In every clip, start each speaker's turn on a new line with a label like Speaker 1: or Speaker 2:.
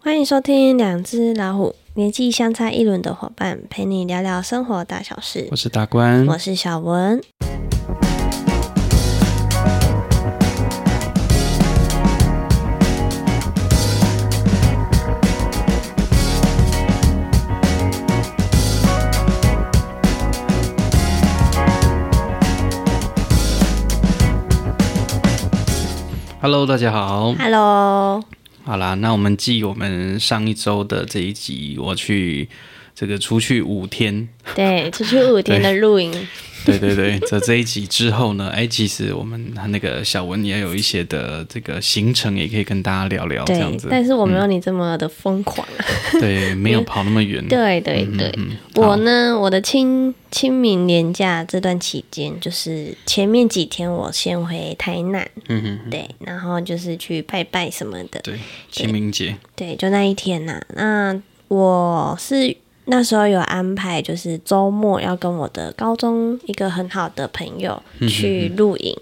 Speaker 1: 欢迎收听《两只老虎》，年纪相差一轮的伙伴陪你聊聊生活大小事
Speaker 2: 我。是大官，
Speaker 1: 我是小文。
Speaker 2: Hello，大家好。
Speaker 1: Hello，
Speaker 2: 好啦，那我们继我们上一周的这一集，我去这个出去五天，
Speaker 1: 对，出去五天的露营，
Speaker 2: 对 对对，这这一集之后呢，哎，其实我们那个小文也有一些的这个行程，也可以跟大家聊聊这样
Speaker 1: 对，
Speaker 2: 子。嗯
Speaker 1: 但是我没有你这么的疯狂。啊
Speaker 2: 对，没有跑那么远。
Speaker 1: 对对对，
Speaker 2: 嗯，
Speaker 1: 我
Speaker 2: 好
Speaker 1: 呢，我的清清明年假这段期间，就是前面几天我先回台南，
Speaker 2: 嗯哼，
Speaker 1: 对，然后就是去拜拜什么的，
Speaker 2: 对，清明节，
Speaker 1: 对，就那一天呐、那我是那时候有安排，就是周末要跟我的高中一个很好的朋友
Speaker 2: 嗯
Speaker 1: 去露营，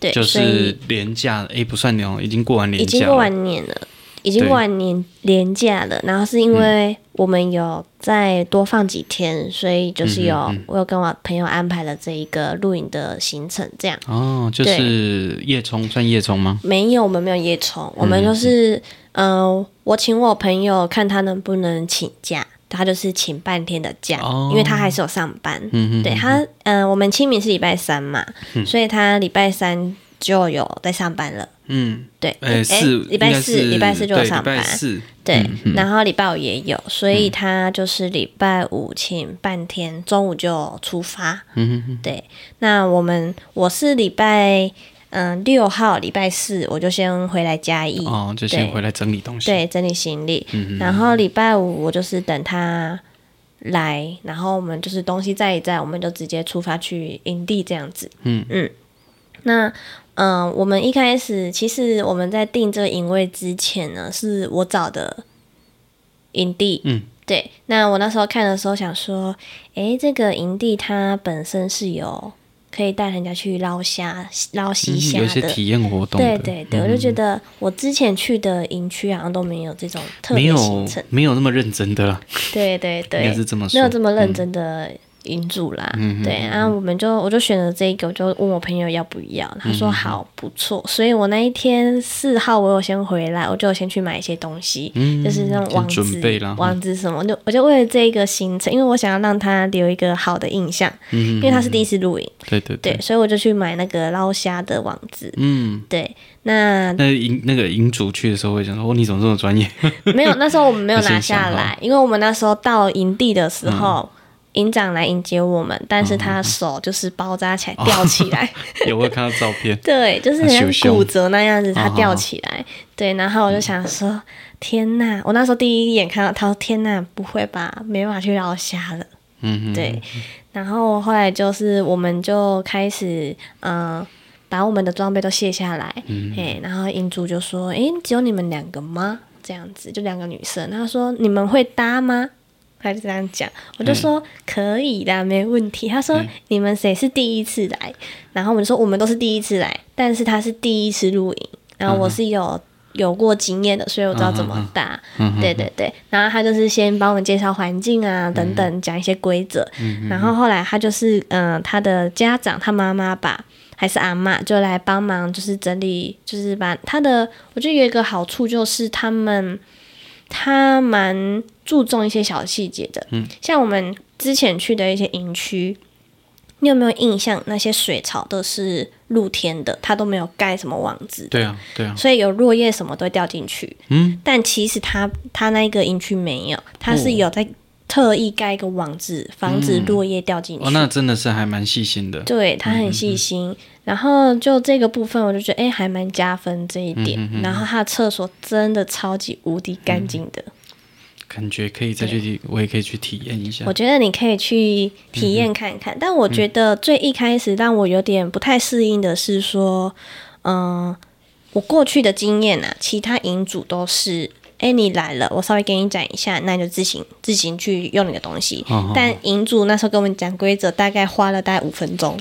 Speaker 1: 对，
Speaker 2: 就
Speaker 1: 所以
Speaker 2: 是年假，哎，不算年哦，已经过完年
Speaker 1: 已经
Speaker 2: 假
Speaker 1: 过
Speaker 2: 了。
Speaker 1: 完年了，已经
Speaker 2: 对嗯
Speaker 1: 过完年年假了。然后是因为我们有再多放几天，所以就是有、
Speaker 2: 嗯嗯嗯
Speaker 1: 我有跟我朋友安排了这一个露营的行程，这样。
Speaker 2: 哦，就是夜冲，算夜冲吗？
Speaker 1: 没有，我们没有夜冲，我们就是，嗯、我请我朋友看他能不能请假，他就是请半天的假，
Speaker 2: 哦
Speaker 1: 因为他还是有上班。
Speaker 2: 嗯哼，
Speaker 1: 对他，嗯、我们清明是礼拜三嘛，所以他礼拜三就有在上班了。
Speaker 2: 嗯，
Speaker 1: 对，
Speaker 2: 哎，
Speaker 1: 诶
Speaker 2: 四
Speaker 1: 礼拜四，礼拜四就有
Speaker 2: 对
Speaker 1: 上班
Speaker 2: 礼拜。四，嗯
Speaker 1: 对，然后礼拜五也有，所以他就是礼拜五请半天，中午就出发。
Speaker 2: 嗯哼
Speaker 1: 对，那我们我是礼拜嗯六、号，礼拜四我就先回来嘉义，
Speaker 2: 哼，哦，就先
Speaker 1: 对
Speaker 2: 回来整理东西。，嗯
Speaker 1: 对，整理行李。然后礼拜五我就是等他来，然后我们就是东西载一载，我们就直接出发去营地这样子。
Speaker 2: 嗯
Speaker 1: 嗯，那嗯、呃我们一开始其实我们在定这个营位之前呢，是我找的营地。
Speaker 2: 嗯。
Speaker 1: 对，那我那时候看的时候想说，诶，这个营地它本身是有可以带人家去捞虾、捞西
Speaker 2: 嗯
Speaker 1: 虾
Speaker 2: 有
Speaker 1: 的，
Speaker 2: 一些体验活动
Speaker 1: 对
Speaker 2: 的，嗯
Speaker 1: 对对，我就觉得我之前去的营区好像都没有这种特
Speaker 2: 没
Speaker 1: 别
Speaker 2: 有
Speaker 1: 行程，
Speaker 2: 没有那么认真的啦，
Speaker 1: 对对对，
Speaker 2: 应该是这么说嗯
Speaker 1: 没有这么认真的营主啦。对，然后我们就我就选了这一个，我就问我朋友要不要，他
Speaker 2: 嗯
Speaker 1: 说好不错，所以我那一天四号我有先回来，我就有先去买一些东西，就是那种
Speaker 2: 先
Speaker 1: 网子
Speaker 2: 嗯准备啦
Speaker 1: 网子什么，我就我就为了这一个行程，因为我想要让他留一个好的印象，因为他是第一次露营，
Speaker 2: 嗯对对
Speaker 1: 对，，所以我就去买那个捞虾的网子。
Speaker 2: 嗯，
Speaker 1: 对，那
Speaker 2: 那银那个银主去的时候会想说，哦，你怎么这么专业？
Speaker 1: 没有，那时候我们没有拿
Speaker 2: 先想
Speaker 1: 下
Speaker 2: 好嗯
Speaker 1: 来，因为我们那时候到营地的时候，营长来迎接我们，但是他手就是包扎起来、吊起 来，
Speaker 2: 有没有看到照片？
Speaker 1: 对，就是很
Speaker 2: 他
Speaker 1: 像
Speaker 2: 羞
Speaker 1: 骨折那样子，他
Speaker 2: 哦
Speaker 1: 吊起来。对，然后我就想说，
Speaker 2: 嗯
Speaker 1: 天呐！我那时候第一眼看到他说，天呐，不会吧，没办法去捞虾了。
Speaker 2: 嗯哼，
Speaker 1: 对，然后后来就是我们就开始嗯、呃把我们的装备都卸下来，
Speaker 2: 嗯
Speaker 1: 哎、然后银主就说：“哎，只有你们两个吗？”这样子，就两个女生。她说：“你们会搭吗？”她就这样讲，我就
Speaker 2: 嗯
Speaker 1: 说：“可以啦，没问题。”她说：“你们谁是第一次来？”然后我们说：“我们都是第一次来，但是她是第一次露营，然
Speaker 2: 嗯
Speaker 1: 后我是有。有过经验的，所以我知道怎么搭。
Speaker 2: 嗯
Speaker 1: 对对对，然后他就是先帮我们介绍环境啊，等等，讲一些规则。然后后来他就是，嗯、他的家长，他妈妈吧，还是阿嬷，就来帮忙，就是整理，就是把他的。我觉得有一个好处就是他们，他蛮注重一些小细节的。嗯，像我们之前去的一些营区。你有没有印象？那些水槽都是露天的，它都没有盖什么网子。
Speaker 2: 对啊，对啊，
Speaker 1: 所以有落叶什么都会掉进去。
Speaker 2: 嗯，
Speaker 1: 但其实它它那个营区没有，它是有在特意盖一个网子，防止落叶掉进去。
Speaker 2: 哦，那嗯真的是还蛮细心的。
Speaker 1: 对，它很细心。然后就这个部分，我就觉得哎、还蛮加分这一
Speaker 2: 嗯
Speaker 1: 点。然后它的厕所真的超级无敌干净的，
Speaker 2: 感觉可以再去，我也可以去体验一下
Speaker 1: 我。觉得你可以去体验看看。但我觉得最一开始让我有点不太适应的是说，嗯、我过去的经验啊，其他营主都是。哎，你来了，我稍微给你讲一下，那你就自行自行去用你的东西。
Speaker 2: 哦哦
Speaker 1: 但营主那时候跟我们讲规则，大概花了大概五分钟，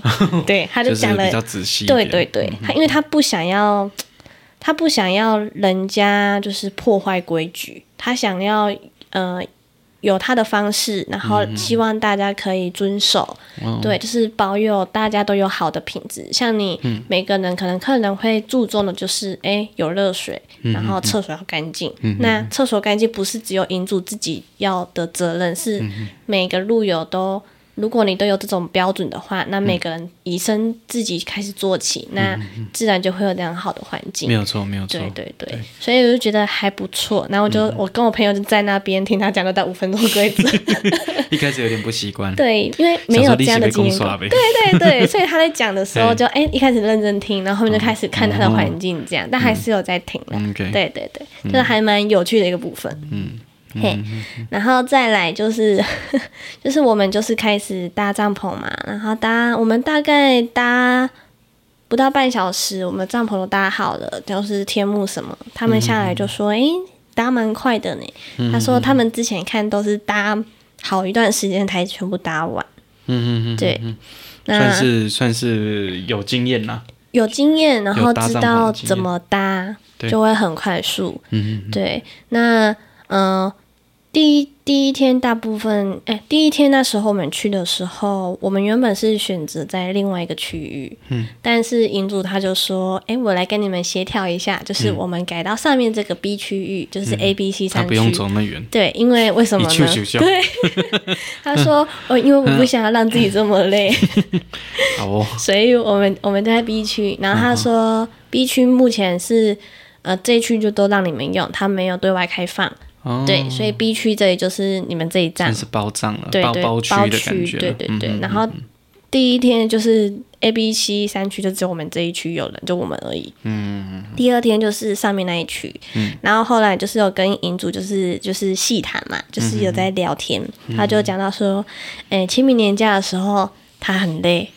Speaker 1: 对，他
Speaker 2: 就是
Speaker 1: 讲了
Speaker 2: 比较仔细一
Speaker 1: 对
Speaker 2: 点，嗯
Speaker 1: 对对，他因为他不想要，他不想要人家就是破坏规矩，他想要呃有他的方式，然后希望大家可以遵守，
Speaker 2: 嗯哦
Speaker 1: 对，就是保有大家都有好的品质。像你、
Speaker 2: 嗯
Speaker 1: 每个人可能客人会注重的就是，哎，有热水，
Speaker 2: 嗯
Speaker 1: 然后厕所要干净。那厕所干净不是只有银主自己要的责任，是
Speaker 2: 嗯
Speaker 1: 每个路友都。如果你都有这种标准的话，那每个人以身自己开始做起，那自然就会有良好的环境
Speaker 2: 嗯没。有错，没有错嗯
Speaker 1: 对。对对，所以我就觉得还不错。然后我就、我跟我朋友就在那边听他讲了到五分钟规则，
Speaker 2: 一开始有点不习惯，
Speaker 1: 对，因为没有这样的经验过
Speaker 2: 想说利息被公刷呗。
Speaker 1: 对对对，所以他在讲的时 候就哎、一开始认真听，然后后面就开始看他的
Speaker 2: 哦
Speaker 1: 环境这样，但还是有在听啦。
Speaker 2: 嗯，OK
Speaker 1: 对对对，就是还蛮有趣的一个部分。
Speaker 2: 嗯，
Speaker 1: 嘿，然后再来就是 就是我们就是开始搭帐篷嘛，然后搭我们大概搭不到半小时，我们帐篷都搭好了，就是天幕什么，他们下来就说，诶，搭蛮快的呢。
Speaker 2: 嗯
Speaker 1: 他说他们之前看都是搭好一段时间才全部搭完，
Speaker 2: 嗯嗯嗯，
Speaker 1: 对，那
Speaker 2: 算是算是有经验啦。
Speaker 1: 有经验，然后
Speaker 2: 有搭
Speaker 1: 知
Speaker 2: 帐篷的
Speaker 1: 道
Speaker 2: 经验
Speaker 1: 怎么搭，
Speaker 2: 对
Speaker 1: 就会很快速。
Speaker 2: 嗯，
Speaker 1: 对，那嗯、呃第一第一天大部分，哎、第一天那时候我们去的时候，我们原本是选择在另外一个区域，嗯，但是银主他就说，哎、我来跟你们协调一下，就是我们改到上面这个 B 区域，就是 A、B、C
Speaker 2: 嗯他
Speaker 1: 三区。
Speaker 2: 不用走那么远，
Speaker 1: 对，因为为什么
Speaker 2: 一
Speaker 1: 呢
Speaker 2: 去就？消
Speaker 1: 对， 他说，哦，因为我不想要让自己这么累，
Speaker 2: 嗯好哦，
Speaker 1: 所以我们我们在 B 区，然后
Speaker 2: 嗯
Speaker 1: 他说 B 区目前是呃这一区就都让你们用，他没有对外开放，
Speaker 2: 哦
Speaker 1: 对，所以 B 区这里就是你们这一站
Speaker 2: 算，是包账了，
Speaker 1: 对
Speaker 2: 包
Speaker 1: 对，
Speaker 2: 包
Speaker 1: 区
Speaker 2: 的感觉了，
Speaker 1: 对对对。
Speaker 2: 嗯嗯
Speaker 1: 然后第一天就是 A、B、C 三区，就只有我们这一区有人，就我们而已。嗯。第二天就是上面那一区，
Speaker 2: 嗯
Speaker 1: 然后后来就是有跟银主就是就是细谈嘛，就是
Speaker 2: 嗯
Speaker 1: 有在聊天，他就讲到说，哎，清明年假的时候他很累，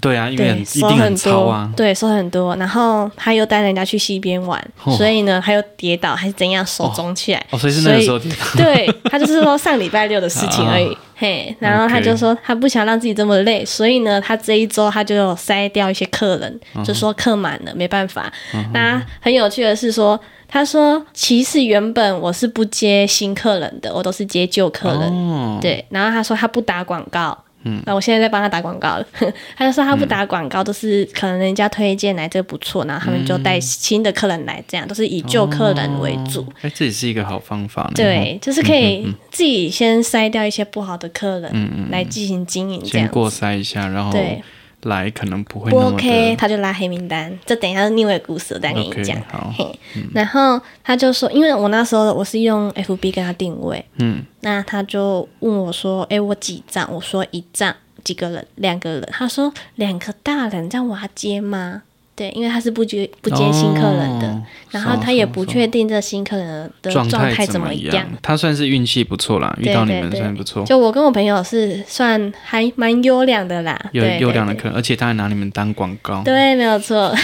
Speaker 2: 对啊，因为很
Speaker 1: 对，
Speaker 2: 一
Speaker 1: 收
Speaker 2: 定很糙
Speaker 1: 多
Speaker 2: 啊，，
Speaker 1: 对，收很多。然后他又带人家去溪边玩，
Speaker 2: 哦
Speaker 1: 所以呢，他又跌倒还是怎样，手肿起来。
Speaker 2: 哦，所以是那个时候跌倒，
Speaker 1: 对他就是说上礼拜六的事情而已，嘿，然后他就说他不想让自己这么累，所以呢，他这一周他就有筛掉一些客人，就说客满了，没办法。那很有趣的是说，他说其实原本我是不接新客人的，我都是接旧客人，
Speaker 2: 哦，
Speaker 1: 对，然后他说他不打广告，嗯，那我现在在帮他打广告了。 他就说他不打广告，都是可能人家推荐来这个不错，然后他们就带新的客人来，这样都是以旧客人为主。
Speaker 2: 哎，这也是一个好方法呢，
Speaker 1: 对，就是可
Speaker 2: 嗯
Speaker 1: 以自己先筛掉一些不好的客人来进行经营，
Speaker 2: 哦，
Speaker 1: 这
Speaker 2: 嗯先
Speaker 1: 样
Speaker 2: 过筛一下，然后
Speaker 1: 对
Speaker 2: 来可能不会
Speaker 1: 不
Speaker 2: 那么
Speaker 1: OK，
Speaker 2: 的
Speaker 1: 他就拉黑名单。这等一下是另外一个故事，我再跟你
Speaker 2: OK，
Speaker 1: 讲。
Speaker 2: 好，嗯
Speaker 1: 嘿，然后他就说，因为我那时候我是用 FB 跟他定位，
Speaker 2: 嗯，
Speaker 1: 那他就问我说：“诶，我几张？”我说：“一张，几个人？两个人。”他说：“两个大人，这样我要接吗？”对，因为他是不接不接新客人的，
Speaker 2: 哦啊
Speaker 1: 然后他也不确定这新客人的
Speaker 2: 状
Speaker 1: 状态
Speaker 2: 怎
Speaker 1: 怎么
Speaker 2: 样，他算是运气不错啦，遇
Speaker 1: 对
Speaker 2: 到你
Speaker 1: 对
Speaker 2: 们
Speaker 1: 对
Speaker 2: 算不错，
Speaker 1: 就我跟我朋友是算还蛮优良的啦，
Speaker 2: 有
Speaker 1: 对
Speaker 2: 优良的
Speaker 1: 对
Speaker 2: 客人，而且他还拿你们当广告，
Speaker 1: 对对，没有错，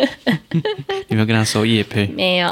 Speaker 2: 有没有跟他收业配？
Speaker 1: 没 有。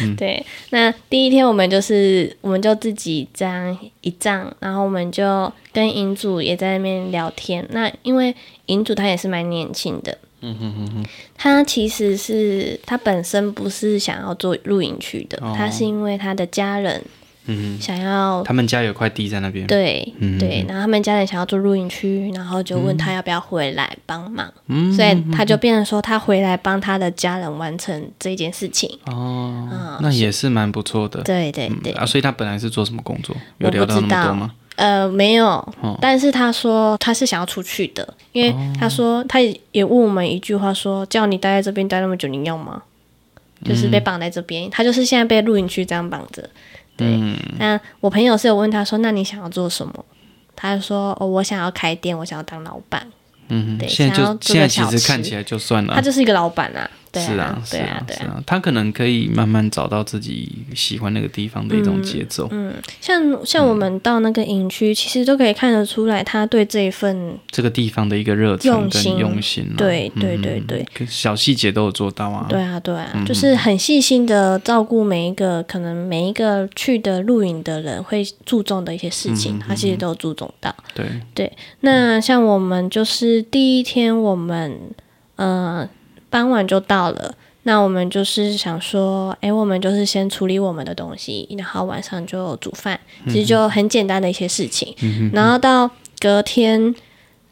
Speaker 2: 嗯
Speaker 1: 对，那第一天我们就是，我们就自己这样一仗，然后我们就跟银主也在那边聊天。那因为银主他也是蛮年轻的，
Speaker 2: 嗯哼哼哼，
Speaker 1: 他其实是他本身不是想要做露营区的，
Speaker 2: 哦
Speaker 1: 他是因为他的家人
Speaker 2: 嗯
Speaker 1: 想要
Speaker 2: 哼，他们家有块地在那边，
Speaker 1: 对、
Speaker 2: 嗯
Speaker 1: 对，然后他们家人想要做露营区，然后就问他要不要回来帮忙，
Speaker 2: 嗯
Speaker 1: 所以他就变成说他回来帮他的家人完成这件事情。
Speaker 2: 哦
Speaker 1: 嗯，
Speaker 2: 那也是蛮不错的。
Speaker 1: 对对对，
Speaker 2: 啊，所以他本来是做什么工作？有
Speaker 1: 我不
Speaker 2: 聊到那
Speaker 1: 知
Speaker 2: 么
Speaker 1: 道
Speaker 2: 多吗？
Speaker 1: 呃，没有
Speaker 2: 哦，
Speaker 1: 但是他说他是想要出去的，因为他说他也也问我们一句话说，叫你待在这边待那么久，你要吗？就是
Speaker 2: 嗯
Speaker 1: 被绑在这边，他就是现在被露营区这样绑着。对，
Speaker 2: 嗯
Speaker 1: 那我朋友是有问他说，那你想要做什么？他就说，哦，我想要开店，我想要当老板。
Speaker 2: 嗯哼，
Speaker 1: 对
Speaker 2: 现在
Speaker 1: 想要
Speaker 2: 就
Speaker 1: 做
Speaker 2: 现在
Speaker 1: 个
Speaker 2: 其
Speaker 1: 小
Speaker 2: 实看
Speaker 1: 吃
Speaker 2: 起来就算了
Speaker 1: 他，就是一个老板啊，对
Speaker 2: 是
Speaker 1: 啊，
Speaker 2: 是
Speaker 1: 对
Speaker 2: 啊，
Speaker 1: 对
Speaker 2: 是啊，他可能可以慢慢找到自己喜欢那个地方的一种节奏，
Speaker 1: 嗯像像
Speaker 2: 嗯
Speaker 1: 我们到那个营区，其实都可以看得出来，他对这一份，
Speaker 2: 这个地方的一个热忱
Speaker 1: 用
Speaker 2: 跟
Speaker 1: 心
Speaker 2: 用心啊。
Speaker 1: 对对
Speaker 2: 嗯
Speaker 1: 对对，
Speaker 2: 可小细节都有做到啊。
Speaker 1: 对啊对啊，就是很细心的照顾每一个可能每一个去的露营的人会注重的一些事
Speaker 2: 嗯
Speaker 1: 情，他其实都有注重到。
Speaker 2: 对，
Speaker 1: 对，那像我们就是第一天我们，呃，傍晚就到了。那我们就是想说，哎，我们就是先处理我们的东西，然后晚上就煮饭，其实就很简单的一些事情。然后到隔天，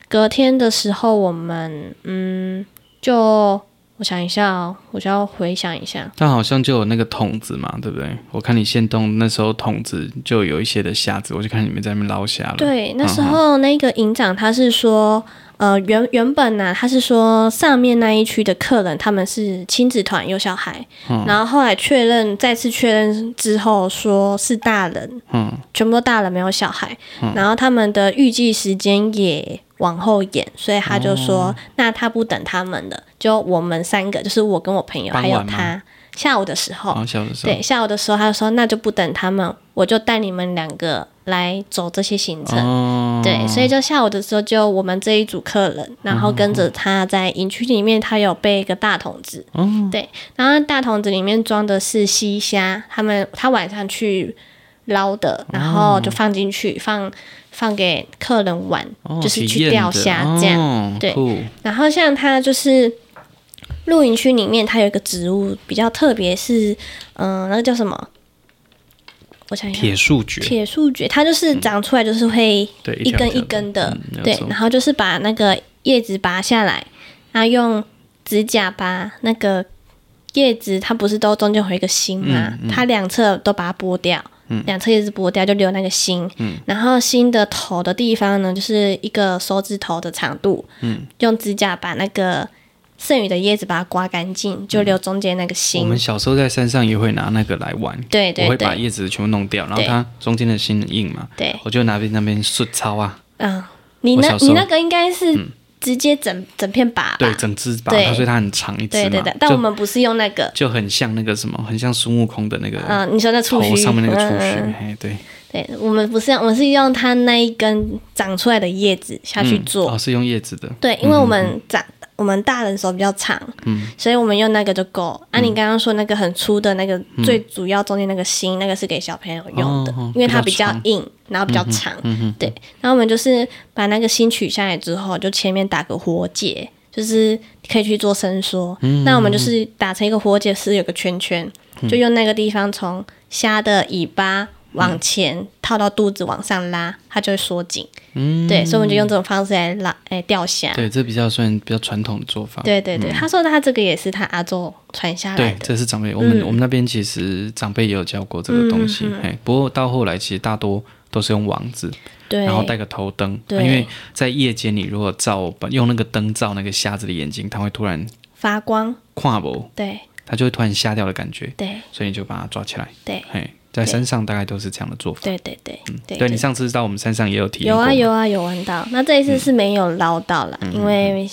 Speaker 1: 隔天的时候，我们嗯，就我想一下哦，我就要回想一下，
Speaker 2: 它好像就有那个筒子嘛，对不对？我看你现动那时候筒子就有一些的虾子，我就看你们在那边捞虾了。，嗯
Speaker 1: 对，那时候那个营长他是说，呃，原原本呢、他是说上面那一区的客人他们是亲子团有小孩，
Speaker 2: 嗯
Speaker 1: 然后后来确认再次确认之后说是大人，
Speaker 2: 嗯，
Speaker 1: 全部都大人没有小孩，然后他们的预计时间也。往后延，所以他就说，
Speaker 2: 哦
Speaker 1: 那他不等他们了，就我们三个，就是我跟我朋友
Speaker 2: 傍
Speaker 1: 还有
Speaker 2: 晚吗哦
Speaker 1: 他，下午的时候，
Speaker 2: 好小的时候，
Speaker 1: 对，下午的时候他就说，那就不等他们，我就带你们两个来走这些行程。
Speaker 2: 哦，
Speaker 1: 对，所以就下午的时候，就我们这一组客人，然后跟着他在营区里面，他有备一个大桶子，
Speaker 2: 哦
Speaker 1: 对，然后大桶子里面装的是西虾，他们他晚上去捞的，然后就放进去，放放给客人玩，
Speaker 2: 哦
Speaker 1: 就是
Speaker 2: 体
Speaker 1: 去
Speaker 2: 验
Speaker 1: 钓
Speaker 2: 的
Speaker 1: 虾
Speaker 2: 哦
Speaker 1: 这样对
Speaker 2: 酷
Speaker 1: 然后像它就是露营区里面，它有一个植物比较特别是，嗯，那个叫什么？我想一下
Speaker 2: 铁，树蕨，
Speaker 1: 铁树蕨，它就是长出来就是会
Speaker 2: 对，
Speaker 1: 一
Speaker 2: 条
Speaker 1: 根一
Speaker 2: 条
Speaker 1: 根的，
Speaker 2: 嗯没有
Speaker 1: 对
Speaker 2: 错，
Speaker 1: 然后就是把那个叶子拔下来，然后用指甲把那个叶子，它不是都中间会有一个心嘛，
Speaker 2: 嗯
Speaker 1: 它两侧都把它剥掉，两侧叶子剥掉就留那个心，
Speaker 2: 嗯
Speaker 1: 然后心的头的地方呢，就是一个手指头的长度，
Speaker 2: 嗯
Speaker 1: 用指甲把那个剩余的叶子把它刮干净，就留中间那个
Speaker 2: 我
Speaker 1: 心。
Speaker 2: 们小时候在山上也会拿那个来玩，
Speaker 1: 对对
Speaker 2: 我会
Speaker 1: 对
Speaker 2: 把叶子全部弄掉，然后
Speaker 1: 对
Speaker 2: 它中间的心很硬嘛，
Speaker 1: 对，
Speaker 2: 我就拿边那边顺操啊，
Speaker 1: 嗯，你
Speaker 2: 我
Speaker 1: 那
Speaker 2: 小时候嗯
Speaker 1: 你那个应该是直接整、整片拔吧？
Speaker 2: 对，整只把
Speaker 1: 啊对
Speaker 2: 它，所以它很长一只
Speaker 1: 对
Speaker 2: 嘛，
Speaker 1: 对对，但
Speaker 2: 就
Speaker 1: 我们不是用那个，
Speaker 2: 就很像那个什么，很像孙悟空的那个
Speaker 1: 嗯，你说那触须
Speaker 2: 头上面那个触须，
Speaker 1: 嗯嗯嗯
Speaker 2: 哎，对，
Speaker 1: 对，我们不是用，我们是用它那一根长出来的叶子下去
Speaker 2: 嗯
Speaker 1: 做。
Speaker 2: 哦，是用叶子的，
Speaker 1: 对，因为我
Speaker 2: 嗯
Speaker 1: 们长，我们大人手比较长，所以我们用那个就够。啊，
Speaker 2: 嗯
Speaker 1: 你刚刚说那个很粗的那个，最主要中间那个心，那个是给小朋友用的，
Speaker 2: 哦哦
Speaker 1: 因为它比
Speaker 2: 比较
Speaker 1: 较
Speaker 2: 长嗯
Speaker 1: 硬，然后比较长。对，然后我们就是把那个心取下来之后，就前面打个活结。就是可以去做伸缩，
Speaker 2: 嗯
Speaker 1: 那我们就是打成一个活结，是有个圈圈，就用那个地方从虾的尾巴往前套到肚子往上拉，它就会缩紧。
Speaker 2: 嗯，
Speaker 1: 对，所以我们就用这种方式来拉，哎、钓虾。
Speaker 2: 对，这比较算比较传统的做法，
Speaker 1: 对对对，他说他这个也是他阿周传下来
Speaker 2: 对，
Speaker 1: 的。嗯
Speaker 2: 这是长辈。我们、我们那边其实长辈也有教过这个东西，嘿，不过到后来其实大多都是用网子，
Speaker 1: 对，
Speaker 2: 然后带个头灯，啊
Speaker 1: 对
Speaker 2: 因为在夜间你如果照把用那个灯照那个瞎子的眼睛，它会突然
Speaker 1: 发光，
Speaker 2: 跨步，
Speaker 1: 对
Speaker 2: 它就会突然瞎掉的感觉，
Speaker 1: 对
Speaker 2: 所以你就把它抓起来。
Speaker 1: 对
Speaker 2: 嘿，在山上大概都是这样的做法。
Speaker 1: 对对对对
Speaker 2: 嗯对你上次到我们山上也有体验
Speaker 1: 有啊
Speaker 2: 过嗯
Speaker 1: 有啊有玩到，那这一次是没有捞到啦，因为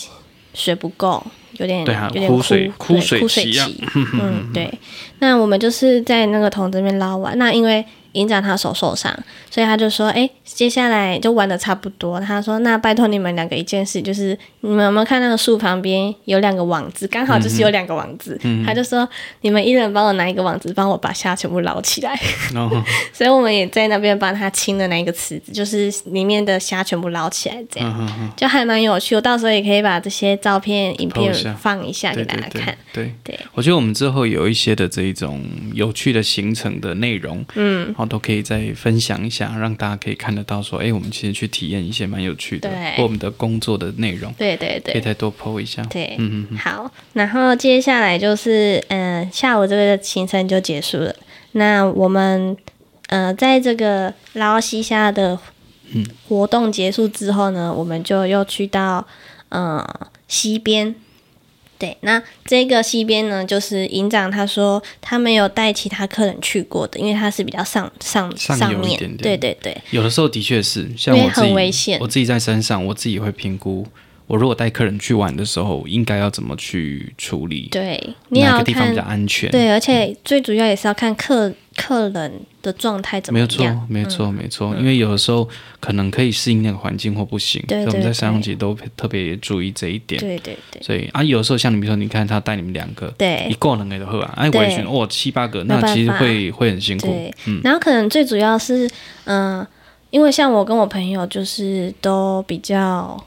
Speaker 1: 水不够，有点
Speaker 2: 对啊
Speaker 1: 有点
Speaker 2: 枯水
Speaker 1: 枯
Speaker 2: 枯水
Speaker 1: 枯水
Speaker 2: 期啊
Speaker 1: 期。嗯，对。那我们就是在那个桶这边捞完，那因为营长他手受伤，所以他就说：“哎、接下来就玩的差不多。”他说：“那拜托你们两个一件事，就是你们有没有看那个树旁边有两个网子？刚好
Speaker 2: 嗯
Speaker 1: 就是有两个网子。他就说：“你们一人帮我拿一个网子，帮我把虾全部捞起来。”
Speaker 2: 然后
Speaker 1: 所以我们也在那边帮他清了那一个池子，就是里面的虾全部捞起来，这
Speaker 2: 嗯
Speaker 1: 样、就还蛮有趣。我到时候也可以把这些照片、影
Speaker 2: po
Speaker 1: 片
Speaker 2: 一下
Speaker 1: 放一下给
Speaker 2: 对
Speaker 1: 大
Speaker 2: 对
Speaker 1: 家
Speaker 2: 对
Speaker 1: 看。
Speaker 2: 对
Speaker 1: 对
Speaker 2: 我觉得我们之后有一些的这一种有趣的行程的内容，嗯，然后都可以再分享一下，让大家可以看得到说，哎，我们其实去体验一些蛮有趣的，
Speaker 1: 对
Speaker 2: 或我们的工作的内容，
Speaker 1: 对对对
Speaker 2: 可以再多 PO 一下。嗯
Speaker 1: 对，好。然后接下来就是，嗯、下午这个行程就结束了。那我们，呃，在这个捞西虾的
Speaker 2: 嗯
Speaker 1: 活动结束之后呢，我们就又去到，呃，西边。对，那这个西边呢，就是营长他说他没有带其他客人去过的，因为他是比较上上
Speaker 2: 上游一
Speaker 1: 面，
Speaker 2: 点点
Speaker 1: 对对对，
Speaker 2: 有的时候的确是，像
Speaker 1: 因为
Speaker 2: 我自己，
Speaker 1: 很危险
Speaker 2: 我自己在山上，我自己会评估，我如果带客人去玩的时候，应该要怎么去处理，
Speaker 1: 对，你也
Speaker 2: 哪
Speaker 1: 要
Speaker 2: 个地方
Speaker 1: 看
Speaker 2: 比较安全？
Speaker 1: 对，而
Speaker 2: 嗯
Speaker 1: 且最主要也是要看客客人的状态怎么
Speaker 2: 没有
Speaker 1: 样。嗯
Speaker 2: 错，没错，没错，因为有的时候可能可以适应那个环境或不行，
Speaker 1: 对
Speaker 2: 所以我们
Speaker 1: 对
Speaker 2: 在山上
Speaker 1: 对
Speaker 2: 其实都特别注意这一点。
Speaker 1: 对对对
Speaker 2: 所以啊，有的时候像你们说，你看他带你们两个，一
Speaker 1: 对
Speaker 2: 个人给的喝啊，哎，我也觉得哦，七八个，那
Speaker 1: 没办
Speaker 2: 其实
Speaker 1: 法
Speaker 2: 会会很辛苦。
Speaker 1: 对，然后可能最主要是，呃嗯、因为像我跟我朋友就是都比较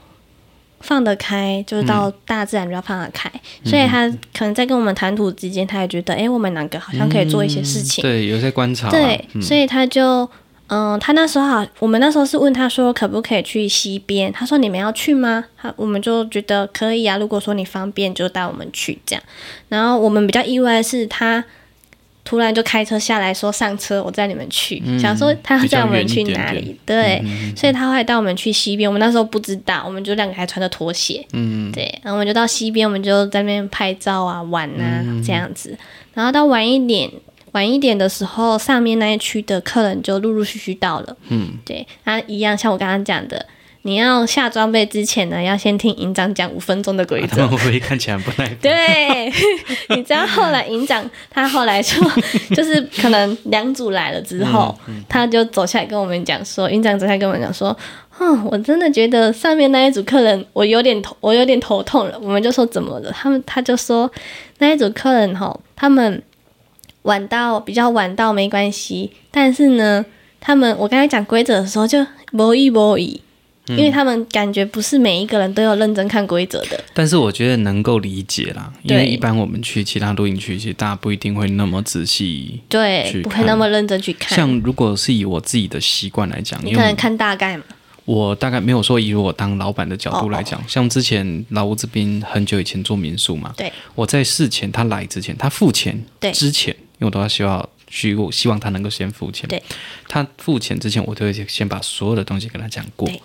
Speaker 1: 放得开，就是到大自然比较放得开，所以
Speaker 2: 嗯
Speaker 1: 他可能在跟我们谈吐之间，他也觉得，哎、我们两个好像可以做一些事情。
Speaker 2: 嗯对，有在观察啊、
Speaker 1: 对，所以他就，嗯，他那时候好，我们那时候是问他说可不可以去西边，他说你们要去吗？他我们就觉得可以啊，如果说你方便就带我们去这样。然后我们比较意外的是他。突然就开车下来说上车，我载你们去。想说他要载我们去哪
Speaker 2: 嗯比较远一嗯
Speaker 1: 里？对，所以他后来带我们去西边。我们那时候不知道，我们就两个还穿着拖鞋。
Speaker 2: 嗯，
Speaker 1: 对，然后我们就到西边，我们就在那边拍照啊、玩啊、
Speaker 2: 嗯
Speaker 1: 这样子。然后到晚一点，晚一点的时候，上面那一区的客人就陆陆续续到了。
Speaker 2: 嗯，
Speaker 1: 对，那一样像我刚刚讲的，你要下装备之前呢，要先听营长讲五分钟的规
Speaker 2: 啊 他
Speaker 1: 则。
Speaker 2: 们会不会看起来不耐烦？
Speaker 1: 对，你知道后来营长他后来说，就是可能两组来了之后，他就走下来跟我们讲说，营长走下来跟我们讲说，嗯，我真的觉得上面那一组客人我有点头，我有点头痛了。我们就说怎么了？他们他就说那一组客人吼，他们晚到比较晚到没关系，但是呢，他们我刚才讲规则的时候就无意无意。因为他们感觉不是每一个人都有认真看规则的，
Speaker 2: 但是我觉得能够理解啦，因
Speaker 1: 对
Speaker 2: 为一般我们去其他露营区，其实大家不一定会那么仔细。
Speaker 1: 对，
Speaker 2: 去
Speaker 1: 不会
Speaker 2: 看
Speaker 1: 那么认真去看。
Speaker 2: 像如果是以我自己的习惯来讲，
Speaker 1: 你
Speaker 2: 因
Speaker 1: 可能
Speaker 2: 为
Speaker 1: 看大概嘛，
Speaker 2: 我大概没有说以我当老板的角
Speaker 1: 哦
Speaker 2: 度来讲，像之前老吴这边很久以前做民宿嘛，
Speaker 1: 对，
Speaker 2: 我在事前他来之前，他付钱，
Speaker 1: 对
Speaker 2: 之前因为我都要希望需我希望他能够先付钱，
Speaker 1: 对，
Speaker 2: 他付钱之前，我都会先把所有的东西跟他讲过
Speaker 1: 对，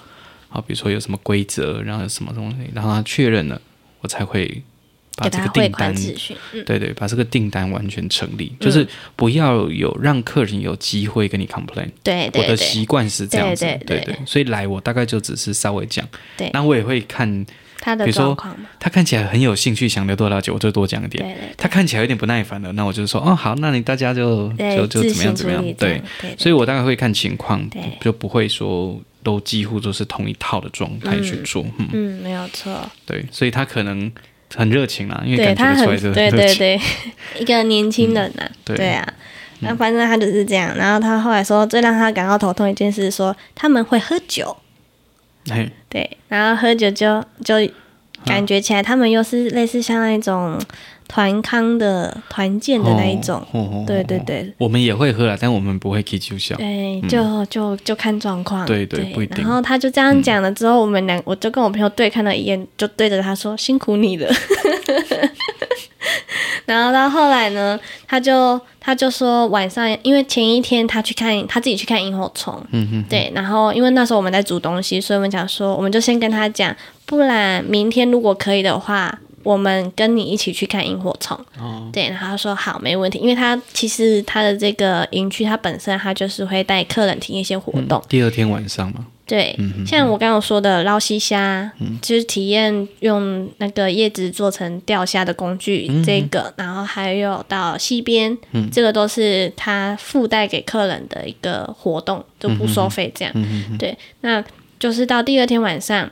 Speaker 2: 好，比如说有什么规则，然后有什么东西，然后他确认了，我才会把
Speaker 1: 给
Speaker 2: 这
Speaker 1: 他
Speaker 2: 个
Speaker 1: 汇
Speaker 2: 订
Speaker 1: 款
Speaker 2: 单
Speaker 1: 资讯，嗯，
Speaker 2: 对对，把这个订单完全成立，就是不要有让客人有机会跟你 complain。
Speaker 1: 对
Speaker 2: 我
Speaker 1: 对
Speaker 2: 的
Speaker 1: 对，
Speaker 2: 习惯是这样子，
Speaker 1: 对对对
Speaker 2: 对，所以来我大概就只是稍微讲，
Speaker 1: 对
Speaker 2: 那我也会看
Speaker 1: 他的
Speaker 2: 比如说
Speaker 1: 状况嘛，
Speaker 2: 他看起来很有兴趣，想得多了解，我就多讲一点。
Speaker 1: 对对
Speaker 2: 他看起来有点不耐烦了，那我就说哦好，那你大家就
Speaker 1: 对，
Speaker 2: 就就
Speaker 1: 自
Speaker 2: 怎么
Speaker 1: 行
Speaker 2: 样怎
Speaker 1: 处
Speaker 2: 么样
Speaker 1: 理，这
Speaker 2: 对
Speaker 1: 样，，对，
Speaker 2: 所以我大概会看情况
Speaker 1: 对，
Speaker 2: 就不会说都几乎都是同一套的状态去做，嗯
Speaker 1: 嗯，没有错，
Speaker 2: 对，所以他可能很热情啦，因为
Speaker 1: 对
Speaker 2: 感
Speaker 1: 他很
Speaker 2: 觉得出来是
Speaker 1: 对
Speaker 2: 热
Speaker 1: 对
Speaker 2: 情，
Speaker 1: 对，一个年轻人呐，
Speaker 2: 嗯对嗯
Speaker 1: 对啊。那反正他就是这样，然后他后来说，最让他感到头痛一件事是说他们会喝酒，
Speaker 2: 嘿，
Speaker 1: 对，然后喝酒就就
Speaker 2: 啊
Speaker 1: 感觉起来他们又是类似像那种团康的团建的那一种，
Speaker 2: 哦，哦
Speaker 1: 对对，对
Speaker 2: 哦我们也会喝啦，但我们不会 K 酒笑，
Speaker 1: 对，
Speaker 2: 嗯
Speaker 1: 就就就看状况。
Speaker 2: 对对不一定嗯
Speaker 1: 然后他就这样讲了之后，我们两我就跟我朋友对看了一眼，就对着他说：“辛苦你了。” 然后到后来呢，他就他就说晚上，因为前一天他去看他自己去看萤火虫，
Speaker 2: 嗯哼，
Speaker 1: 对，然后因为那时候我们在煮东西，所以我们想说，我们就先跟他讲，不然明天如果可以的话，我们跟你一起去看萤火虫。
Speaker 2: 哦
Speaker 1: 对，然后他说好，没问题，因为他其实他的这个营区，他本身他就是会带客人体验一些活动。
Speaker 2: 第二天晚上嘛，
Speaker 1: 对，
Speaker 2: 嗯
Speaker 1: 像我刚刚有说的捞西虾，就是体验用那个叶子做成钓虾的工具，这个，
Speaker 2: 嗯
Speaker 1: 然后还有到溪边，这个都是他附带给客人的一个活动，就
Speaker 2: 嗯
Speaker 1: 不收费这样。对，那就是到第二天晚上。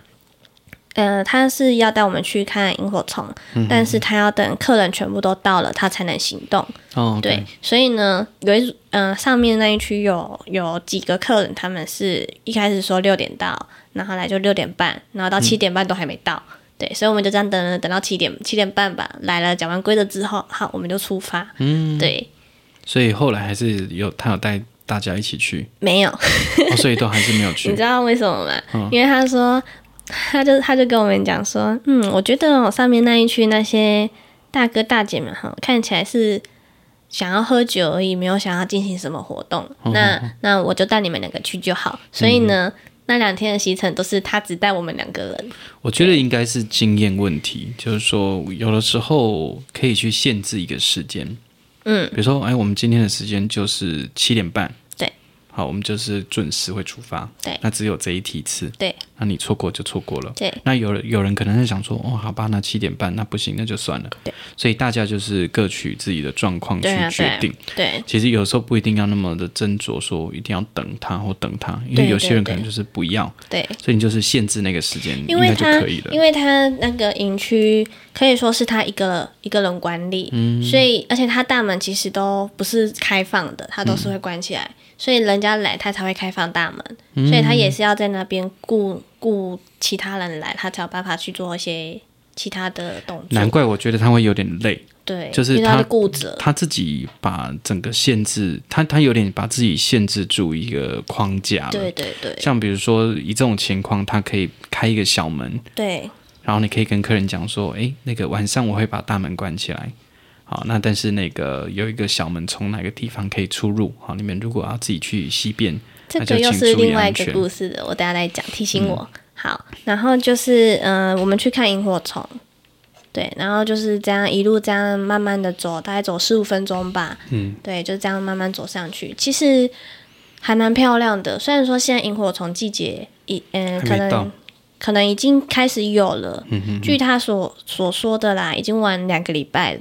Speaker 1: 呃，他是要带我们去看萤火虫，但是他要等客人全部都到了，他才能行动。
Speaker 2: 哦，
Speaker 1: 对，，所以呢，有一组嗯、上面那一区有有几个客人，他们是一开始说六点到，然后来就六点半，然后到七点半都还没到。对，所以我们就这样等了，等到七点七点半吧，来了讲完规则之后，好，我们就出发。嗯，对，
Speaker 2: 所以后来还是有他有带大家一起 去，
Speaker 1: 没有，
Speaker 2: 哦、所以都还是没有
Speaker 1: 你
Speaker 2: 去嗯
Speaker 1: 知。道为什么吗？因为他说，他就他就跟我们讲说，嗯，我觉得哦上面那一区那些大哥大姐们哈，看起来是想要喝酒而已，没有想要进行什么活动。
Speaker 2: 嗯
Speaker 1: 那那我就带你们两个去就好。所以呢，那两天的行程都是他只带我们两个人。
Speaker 2: 我觉得应该是经验问题，就是说有的时候可以去限制一个时间，
Speaker 1: 嗯，
Speaker 2: 比如说，哎，我们今天的时间就是七点半，
Speaker 1: 对，
Speaker 2: 好，我们就是准时会出发，
Speaker 1: 对
Speaker 2: 那只有这一梯次，
Speaker 1: 对
Speaker 2: 那你错过就错过了。
Speaker 1: 对
Speaker 2: 那有人有人可能是想说，哦，好吧，那七点半那不行，那就算了。
Speaker 1: 对，
Speaker 2: 所以大家就是各取自己的状况去
Speaker 1: 对啊
Speaker 2: 决定。
Speaker 1: 对
Speaker 2: 其实有时候不一定要那么的斟酌，说一定要等他或等他，因为
Speaker 1: 对
Speaker 2: 有些人
Speaker 1: 对
Speaker 2: 可能就是不要，
Speaker 1: 对，
Speaker 2: 所以你就是限制那个时间，应
Speaker 1: 因为
Speaker 2: 该就
Speaker 1: 他
Speaker 2: 可以了
Speaker 1: 因。为他那个营区可以说是他一个一个人管理，
Speaker 2: 嗯嗯
Speaker 1: 所以而且他大门其实都不是开放的，他都是会关起来，所以人人家来，他才会开放大门，所以他也是要在那边雇雇其他人来，他才有办法去做一些其他的动作。
Speaker 2: 难怪我觉得他会有点累，
Speaker 1: 对，
Speaker 2: 就是
Speaker 1: 因为他
Speaker 2: 他
Speaker 1: 的固执，
Speaker 2: 他自己把整个限制，他他有点把自己限制住一个框架了。
Speaker 1: 对对对
Speaker 2: 像比如说，以这种情况，他可以开一个小门，
Speaker 1: 对
Speaker 2: 然后你可以跟客人讲说，诶，那个晚上我会把大门关起来，好，那但是那个有一个小门从哪个地方可以出入，好，你们如果要自己去西边，
Speaker 1: 这
Speaker 2: 那
Speaker 1: 个
Speaker 2: 就
Speaker 1: 又
Speaker 2: 请
Speaker 1: 是
Speaker 2: 注意
Speaker 1: 另外一
Speaker 2: 安
Speaker 1: 个
Speaker 2: 全嗯
Speaker 1: 故事的，我等下来讲，提醒我。好，然后就是嗯、呃我们去看萤火虫，对，然后就是这样一路这样慢慢的走，大概走十五分钟吧。嗯，对，就这样慢慢走上去，其实还蛮漂亮的。虽然说现在萤火虫季节已嗯、
Speaker 2: 还
Speaker 1: 可
Speaker 2: 没到嗯
Speaker 1: 能。可能已经开始有了，据他所所说的啦，已经玩两个礼拜了，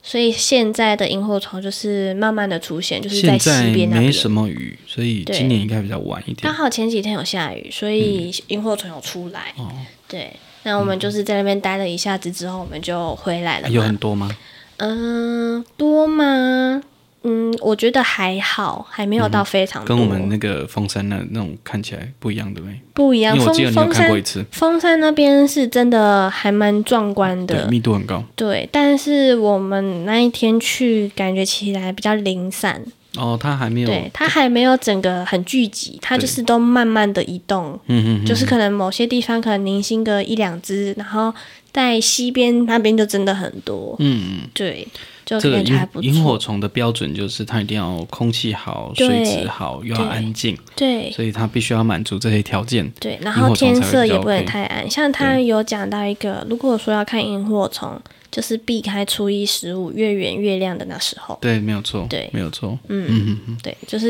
Speaker 1: 所以现在的萤火虫就是慢慢的出现，就是
Speaker 2: 现
Speaker 1: 西
Speaker 2: 在
Speaker 1: 边那
Speaker 2: 没
Speaker 1: 边。
Speaker 2: 什么雨，所以
Speaker 1: 对
Speaker 2: 今年应该比较晚一点
Speaker 1: 刚。好前几天有下雨，所以萤火虫有出来。
Speaker 2: 嗯哦，
Speaker 1: 对，那我们就是在那边待了一下子之后，我们就回来了
Speaker 2: 有很
Speaker 1: 嘛。
Speaker 2: 多吗？
Speaker 1: 嗯、多吗？嗯，我觉得还好，还没有到非常多。
Speaker 2: 跟我们那个峰山那那种看起来不一样，对不对？
Speaker 1: 不一
Speaker 2: 因
Speaker 1: 样，
Speaker 2: 为我
Speaker 1: 峰
Speaker 2: 记得你有
Speaker 1: 峰
Speaker 2: 看过一
Speaker 1: 山
Speaker 2: 次，
Speaker 1: 峰山那边是真的还蛮壮观
Speaker 2: 对，
Speaker 1: 的，
Speaker 2: 密度很高。
Speaker 1: 对。但是我们那一天去，感觉起来比较零散，
Speaker 2: 哦，它还没有，
Speaker 1: 对，它还没有整个很聚集，它
Speaker 2: 对
Speaker 1: 就是都慢慢的移动。
Speaker 2: 嗯嗯，
Speaker 1: 就是可能某些地方可能零星个一两只，然后在西边那边就真的很多，
Speaker 2: 嗯嗯，
Speaker 1: 对，就
Speaker 2: 这个
Speaker 1: 感觉还
Speaker 2: 萤
Speaker 1: 不
Speaker 2: 萤火
Speaker 1: 错。
Speaker 2: 虫的标准就是它一定要空气好、
Speaker 1: 对
Speaker 2: 水质好，又要
Speaker 1: 对
Speaker 2: 安静，
Speaker 1: 对
Speaker 2: 所以它必须要满足这些条件。
Speaker 1: 对，然
Speaker 2: 萤火
Speaker 1: 后
Speaker 2: 虫
Speaker 1: 天
Speaker 2: 才会
Speaker 1: 色
Speaker 2: 比较
Speaker 1: 也不能
Speaker 2: OK
Speaker 1: 太暗。像他
Speaker 2: 对
Speaker 1: 有讲到一个，如果说要看萤火虫，就是避开初一十五越圆越亮的那时候。
Speaker 2: 对，没有错，
Speaker 1: 对
Speaker 2: 没有错，
Speaker 1: 嗯，对，就是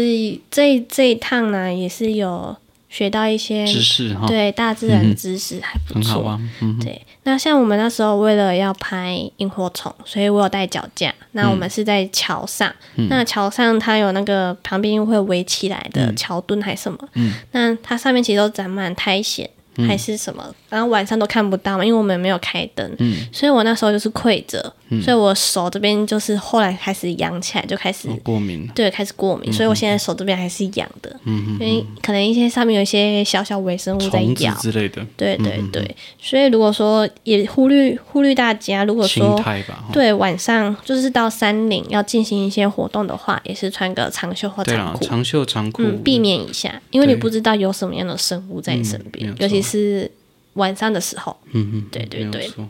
Speaker 1: 这这一趟呢，也是有学到一些
Speaker 2: 知识哈，
Speaker 1: 对大自
Speaker 2: 嗯
Speaker 1: 然
Speaker 2: 哼
Speaker 1: 知识，还不
Speaker 2: 很好
Speaker 1: 哎错。
Speaker 2: 啊，嗯，
Speaker 1: 对，那像我们那时候为了要拍萤火虫，所以我有带脚架。那我
Speaker 2: 嗯
Speaker 1: 们是在桥上，那桥上它有那个旁边会围起来的桥墩还是什么，
Speaker 2: 嗯
Speaker 1: 那它上面其实都长满苔藓还是什么，然后晚上都看不到嘛，因为我们没有开灯，
Speaker 2: 嗯
Speaker 1: 所以我那时候就是跪着，所以我手这边就是后来开始痒起来，就开始
Speaker 2: 我过敏，
Speaker 1: 对，开始过
Speaker 2: 嗯
Speaker 1: 敏，所以我现在手这边还是痒的，因为可能一些上面有一些小小微生物在
Speaker 2: 虫子
Speaker 1: 咬。
Speaker 2: 之类的，
Speaker 1: 对对
Speaker 2: 嗯
Speaker 1: 对，所以如果说也忽略忽略大家，如果
Speaker 2: 青
Speaker 1: 说
Speaker 2: 苔吧，哈
Speaker 1: 对晚上就是到山林要进行一些活动的话，也是穿个长袖或
Speaker 2: 对
Speaker 1: 长
Speaker 2: 啦，
Speaker 1: 裤，
Speaker 2: 长袖长裤，
Speaker 1: 嗯，避免一下，因为
Speaker 2: 对
Speaker 1: 你不知道有什么样的生物在你身
Speaker 2: 没
Speaker 1: 边
Speaker 2: 有，错
Speaker 1: 尤其是晚上的时候。
Speaker 2: 嗯嗯，
Speaker 1: 对对
Speaker 2: 没有
Speaker 1: 对
Speaker 2: 错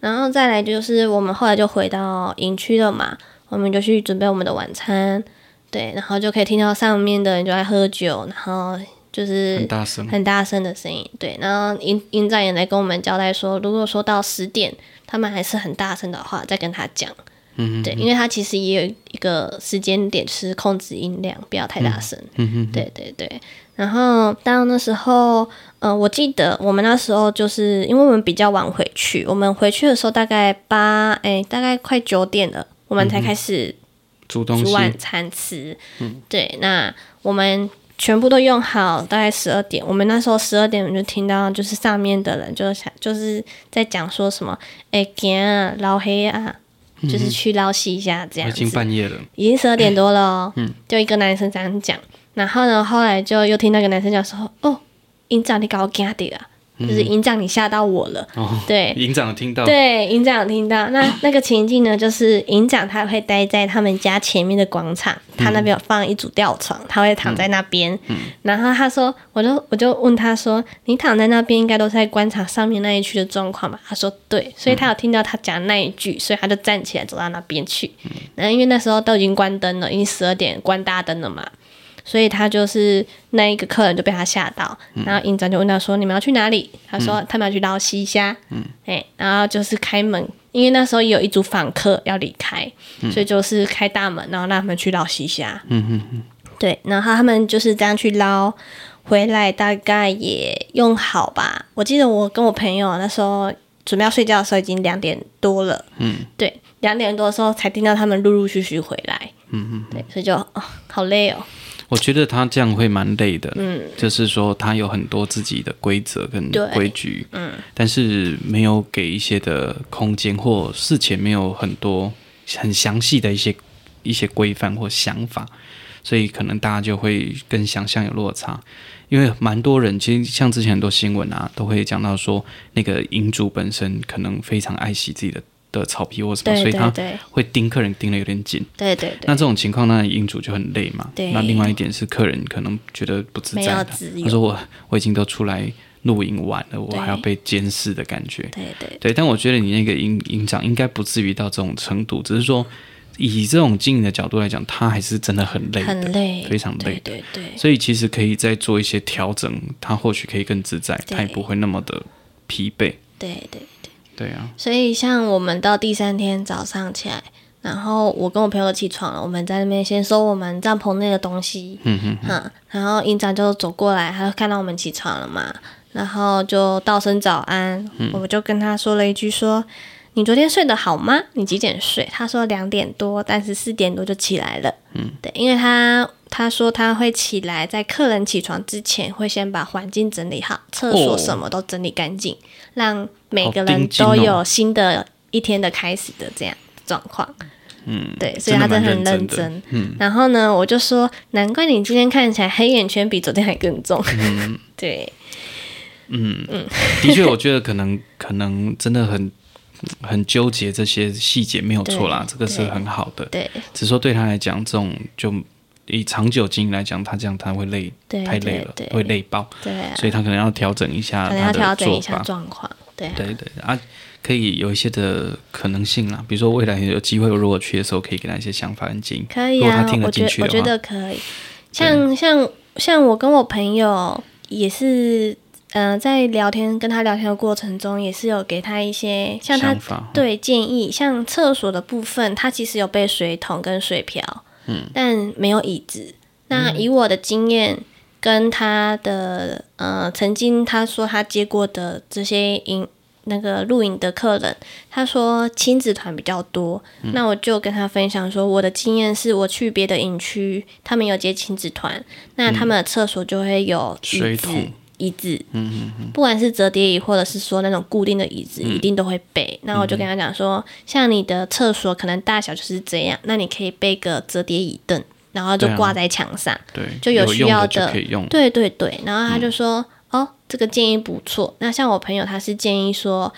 Speaker 1: 然后再来就是我们后来就回到营区了嘛，我们就去准备我们的晚餐，对，然后就可以听到上面的人就在喝酒，然后就是
Speaker 2: 很大声，
Speaker 1: 很大声的声音，对。然后营营长也来跟我们交代说，如果说到十点他们还是很大声的话，再跟他讲。
Speaker 2: 嗯
Speaker 1: 对，因为他其实也有一个时间点是控制音量，不要太大声。
Speaker 2: 嗯哼，
Speaker 1: 对对对。然后到那时候，呃，我记得我们那时候就是因为我们比较晚回去，我们回去的时候大概八，哎，大概快九点了，我们
Speaker 2: 嗯
Speaker 1: 才开始
Speaker 2: 煮东
Speaker 1: 煮
Speaker 2: 西，
Speaker 1: 晚餐吃。对，那我们全部都用好，大概十二点。我们那时候十二点，我们就听到就是上面的人就是想就是在讲说什么，哎、行啊，捞黑啊，就是去捞西一下这样
Speaker 2: 嗯已
Speaker 1: 子。
Speaker 2: 经半嗯夜了，
Speaker 1: 已经十二点多了哦，就一个男生这样讲，然后呢，后来就又听到一个男生讲说，哦，营长你搞我惊到啊，
Speaker 2: 嗯
Speaker 1: 就是营长你吓到我了，
Speaker 2: 哦，
Speaker 1: 对，
Speaker 2: 营长有听到，
Speaker 1: 对，营长有听到。 那那个情境呢，就是营长他会待在他们家前面的广场，他那边有放一组吊床，他会躺在那边。
Speaker 2: 嗯
Speaker 1: 然后他说，我就我就问他说，你躺在那边应该都是在观察上面那一区的状况吧？他说对，所以他有听到他讲那一句，所以他就站起来走到那边去。
Speaker 2: 嗯
Speaker 1: 然后因为那时候都已经关灯了，已经十二点关大灯了嘛。所以他就是那一个客人就被他吓到，
Speaker 2: 嗯
Speaker 1: 然后营长就问他说：“你们要去哪里？”他说：“他们要去捞西虾。”嗯，哎，然后就是开门，因为那时候有一组访客要离开，所以就是开大门，然后让他们去捞西虾。嗯嗯对，然后他们就是这样去捞，回来大概也用好吧。我记得我跟我朋友那时候准备要睡觉的时候，已经两点多了。嗯，对，两点多的时候才听到他们陆陆续续回来。嗯嗯，对，所以就、哦、好累哦。
Speaker 2: 我觉得他这样会蛮累的，嗯，就是说他有很多自己的规则跟
Speaker 1: 对
Speaker 2: 规矩，嗯，但是没有给一些的空间，或事前没有很多很详细的一些一些规范或想法，所以可能大家就会跟想象有落差。因为蛮多人，其实像之前很多新闻啊，都会讲到说，那个银主本身可能非常爱惜自己的的草皮或什么，
Speaker 1: 对
Speaker 2: 所以
Speaker 1: 对
Speaker 2: 他
Speaker 1: 对
Speaker 2: 会盯客人盯的有点紧。
Speaker 1: 对对
Speaker 2: 那
Speaker 1: 对，
Speaker 2: 这种情况，当然银主就很累嘛。
Speaker 1: 对
Speaker 2: 那另外一点是，客人可能觉得不自在
Speaker 1: 没有
Speaker 2: 的
Speaker 1: 自，
Speaker 2: 他
Speaker 1: 由，
Speaker 2: 说我我已经都出来露营玩了，我还要
Speaker 1: 对
Speaker 2: 被监视的感觉。
Speaker 1: 对对
Speaker 2: 对，但我觉得你那个营营长应该不至于到这种程度，只是说以这种经营的角度来讲，他还是真的很累
Speaker 1: 对，
Speaker 2: 的，
Speaker 1: 很累，
Speaker 2: 非常累
Speaker 1: 对
Speaker 2: 的。
Speaker 1: 对对
Speaker 2: 所以其实可以再做一些调整，他或许可以更自在，
Speaker 1: 对
Speaker 2: 他也不会那么的疲惫。
Speaker 1: 对对。
Speaker 2: 对啊，
Speaker 1: 所以像我们到第三天早上起来，然后我跟我朋友起床了，我们在那边先收我们帐篷内的东西，
Speaker 2: 嗯哼，
Speaker 1: 嗯，然后营长就走过来，他就看到我们起床了嘛，然后就道声早安，
Speaker 2: 嗯
Speaker 1: 我们就跟他说了一句说。你昨天睡得好吗？你几点睡？他说两点多，但是四点多就起来了。嗯，对，因为他他说他会起来，在客人起床之前，会先把环境整理好，厕所
Speaker 2: 哦
Speaker 1: 什么都整理干净，让每个人
Speaker 2: 好盯紧
Speaker 1: 都
Speaker 2: 哦
Speaker 1: 有新的一天的开始的这样状况。
Speaker 2: 嗯，
Speaker 1: 对，所以他
Speaker 2: 真
Speaker 1: 真的很
Speaker 2: 的蛮
Speaker 1: 认
Speaker 2: 认
Speaker 1: 真。
Speaker 2: 的。嗯，
Speaker 1: 然后呢，我就说，难怪你今天看起来黑眼圈比昨天还更重。
Speaker 2: 嗯
Speaker 1: 对，
Speaker 2: 的确，我觉得可能可能真的很很纠结这些细节，没有错啦，
Speaker 1: 对
Speaker 2: 这个是
Speaker 1: 对
Speaker 2: 很好的。
Speaker 1: 对，
Speaker 2: 只是说对他来讲，这种就以长久经营来讲，他这样他会累，
Speaker 1: 对
Speaker 2: 太累了
Speaker 1: 对，对
Speaker 2: 会累爆，
Speaker 1: 对啊，
Speaker 2: 所以他可能要调整一下
Speaker 1: 可能要
Speaker 2: 他
Speaker 1: 调
Speaker 2: 的
Speaker 1: 整一
Speaker 2: 做
Speaker 1: 下
Speaker 2: 法。
Speaker 1: 状况。对啊，
Speaker 2: 对对啊，可以有一些的可能性啦，比如说未来有机会，如果去的时候，可以给他一些想法跟建议。
Speaker 1: 可以
Speaker 2: 如果他
Speaker 1: 啊
Speaker 2: 听，
Speaker 1: 我
Speaker 2: 得
Speaker 1: 觉
Speaker 2: 进
Speaker 1: 得
Speaker 2: 去
Speaker 1: 我觉
Speaker 2: 的话，
Speaker 1: 得可以。像像像我跟我朋友也是，嗯、在聊天跟他聊天的过程中，也是有给他一些像他
Speaker 2: 想法
Speaker 1: 对建议，像厕所的部分，它其实有备水桶跟水瓢，嗯，但没有椅子。那
Speaker 2: 嗯
Speaker 1: 以我的经验。跟他的呃，曾经他说他接过的这些营那个露营的客人，他说亲子团比较多，
Speaker 2: 嗯
Speaker 1: 那我就跟他分享说，我的经验是我去别的营区，他们有接亲子团，那他们的厕所就会有椅
Speaker 2: 嗯水
Speaker 1: 子
Speaker 2: 桶，
Speaker 1: 椅子，不管是折叠椅或者是说那种固定的椅子，
Speaker 2: 嗯
Speaker 1: 一定都会备。那我就跟他讲说，像你的厕所可能大小就是这样，那你可以备个折叠椅凳，然后就
Speaker 2: 对啊
Speaker 1: 挂在墙上。
Speaker 2: 对，
Speaker 1: 就有
Speaker 2: 有
Speaker 1: 需
Speaker 2: 用
Speaker 1: 要
Speaker 2: 的就
Speaker 1: 的
Speaker 2: 可以用。嗯
Speaker 1: 对对对，然后他就说，哦，这个建议不错。那像我朋友他是建议说，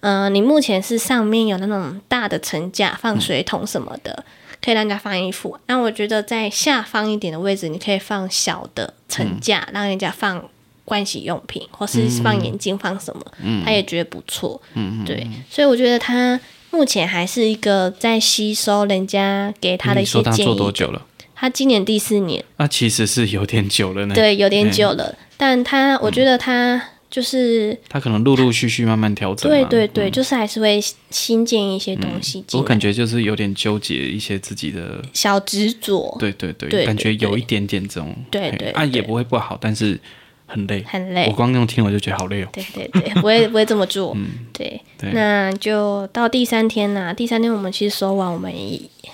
Speaker 1: 嗯、你目前是上面有那种大的层架
Speaker 2: 嗯
Speaker 1: 放水桶什么的，可以让人家放衣服。那我觉得在下方一点的位置，你可以放小的
Speaker 2: 嗯
Speaker 1: 层架，让人家放。盥洗用品，或是放眼镜、放什么，
Speaker 2: 嗯
Speaker 1: 他也觉得不错。对，所以我觉得他目前还是一个在吸收人家给他的一
Speaker 2: 嗯你
Speaker 1: 些
Speaker 2: 说他
Speaker 1: 建
Speaker 2: 做多
Speaker 1: 议。
Speaker 2: 久了？
Speaker 1: 他今年第四年，
Speaker 2: 那其实是有点久了呢。，
Speaker 1: 对，有点
Speaker 2: 嗯
Speaker 1: 久了，但他我觉得他就是、
Speaker 2: 他可能陆陆续续慢慢调整。啊
Speaker 1: 对对。对，就是还是会新建一些东西进
Speaker 2: 我
Speaker 1: 来，
Speaker 2: 感觉就是有点纠结一些自己的，
Speaker 1: 小执着，
Speaker 2: 对对对，
Speaker 1: 哦对
Speaker 2: 感觉
Speaker 1: 对对
Speaker 2: 有一点点这种，
Speaker 1: 对
Speaker 2: 嘿
Speaker 1: 对
Speaker 2: 啊也
Speaker 1: 对
Speaker 2: 不会不好，但是很累，
Speaker 1: 很
Speaker 2: 我
Speaker 1: 累，
Speaker 2: 光用听我就觉得好累哦。
Speaker 1: 对对对， 不会不会这么做，
Speaker 2: 嗯
Speaker 1: 对，
Speaker 2: 对
Speaker 1: 那就到第三天啦、第三天我们其实收完，我们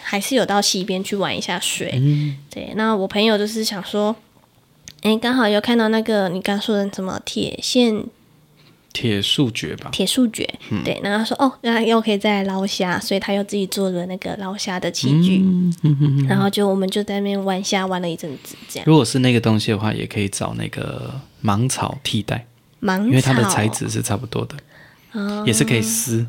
Speaker 1: 还是有到溪边去玩一下水，
Speaker 2: 嗯
Speaker 1: 对，那我朋友就是想说。哎，刚好有看到那个你刚说的什么铁线
Speaker 2: 铁树蕨吧，
Speaker 1: 铁树蕨，
Speaker 2: 嗯
Speaker 1: 对，然后他说哦，那又可以再来捞虾，所以他又自己做了那个捞虾的器具，
Speaker 2: 嗯哼哼哼
Speaker 1: 然后就我们就在那边玩虾玩了一阵子，这样
Speaker 2: 如果是那个东西的话，也可以找那个芒草替代，
Speaker 1: 芒草，
Speaker 2: 因为它的材质是差不多的，
Speaker 1: 哦
Speaker 2: 也是可以撕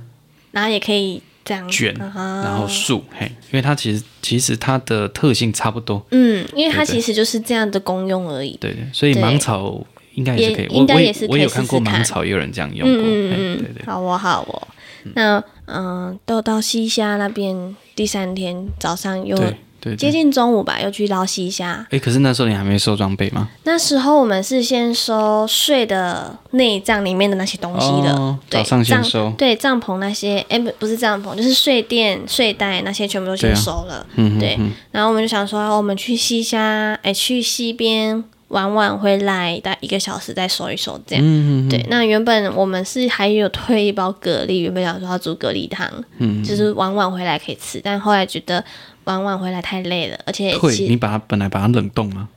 Speaker 1: 然后也可以这样
Speaker 2: 卷，
Speaker 1: 啊
Speaker 2: 然后束，嘿，因为它其实其实它的特性差不多，
Speaker 1: 嗯，因为它
Speaker 2: 对对
Speaker 1: 其实就是这样的功用而已，
Speaker 2: 对对，所以
Speaker 1: 对
Speaker 2: 芒草应该也是可以，
Speaker 1: 也
Speaker 2: 我
Speaker 1: 应该
Speaker 2: 我
Speaker 1: 也是可
Speaker 2: 我
Speaker 1: 以
Speaker 2: 有看过
Speaker 1: 试试看
Speaker 2: 芒草，也有人这样用
Speaker 1: 嗯
Speaker 2: 过，嘿
Speaker 1: 嗯
Speaker 2: 对对
Speaker 1: 嗯，，好哦好哦，那嗯、都到西虾那边，第三天早上又
Speaker 2: 对对
Speaker 1: 接
Speaker 2: 对。
Speaker 1: 近中午吧，又去捞西虾，
Speaker 2: 哎，可是那时候你还没收装备吗？
Speaker 1: 那时候我们是先收睡的内帐里面的那些东西的，
Speaker 2: 哦
Speaker 1: 对，
Speaker 2: 早上先
Speaker 1: 帐
Speaker 2: 收
Speaker 1: 对，帐篷那些，哎、不不是帐篷，就是睡垫、睡袋那些全部都
Speaker 2: 对
Speaker 1: 先
Speaker 2: 啊
Speaker 1: 收了。
Speaker 2: 嗯哼
Speaker 1: 对
Speaker 2: 哼
Speaker 1: 然后我们就想说，哦我们去西虾，哎、去西边玩玩，回来大概一个小时再收一收这样。
Speaker 2: 嗯嗯，
Speaker 1: 对，那原本我们是还有退一包蛤蜊，原本想说要煮蛤蜊汤，
Speaker 2: 嗯
Speaker 1: 就是晚晚回来可以吃，但后来觉得晚晚回来太累了，而且
Speaker 2: 退，
Speaker 1: 其
Speaker 2: 你把它本来把它冷冻吗？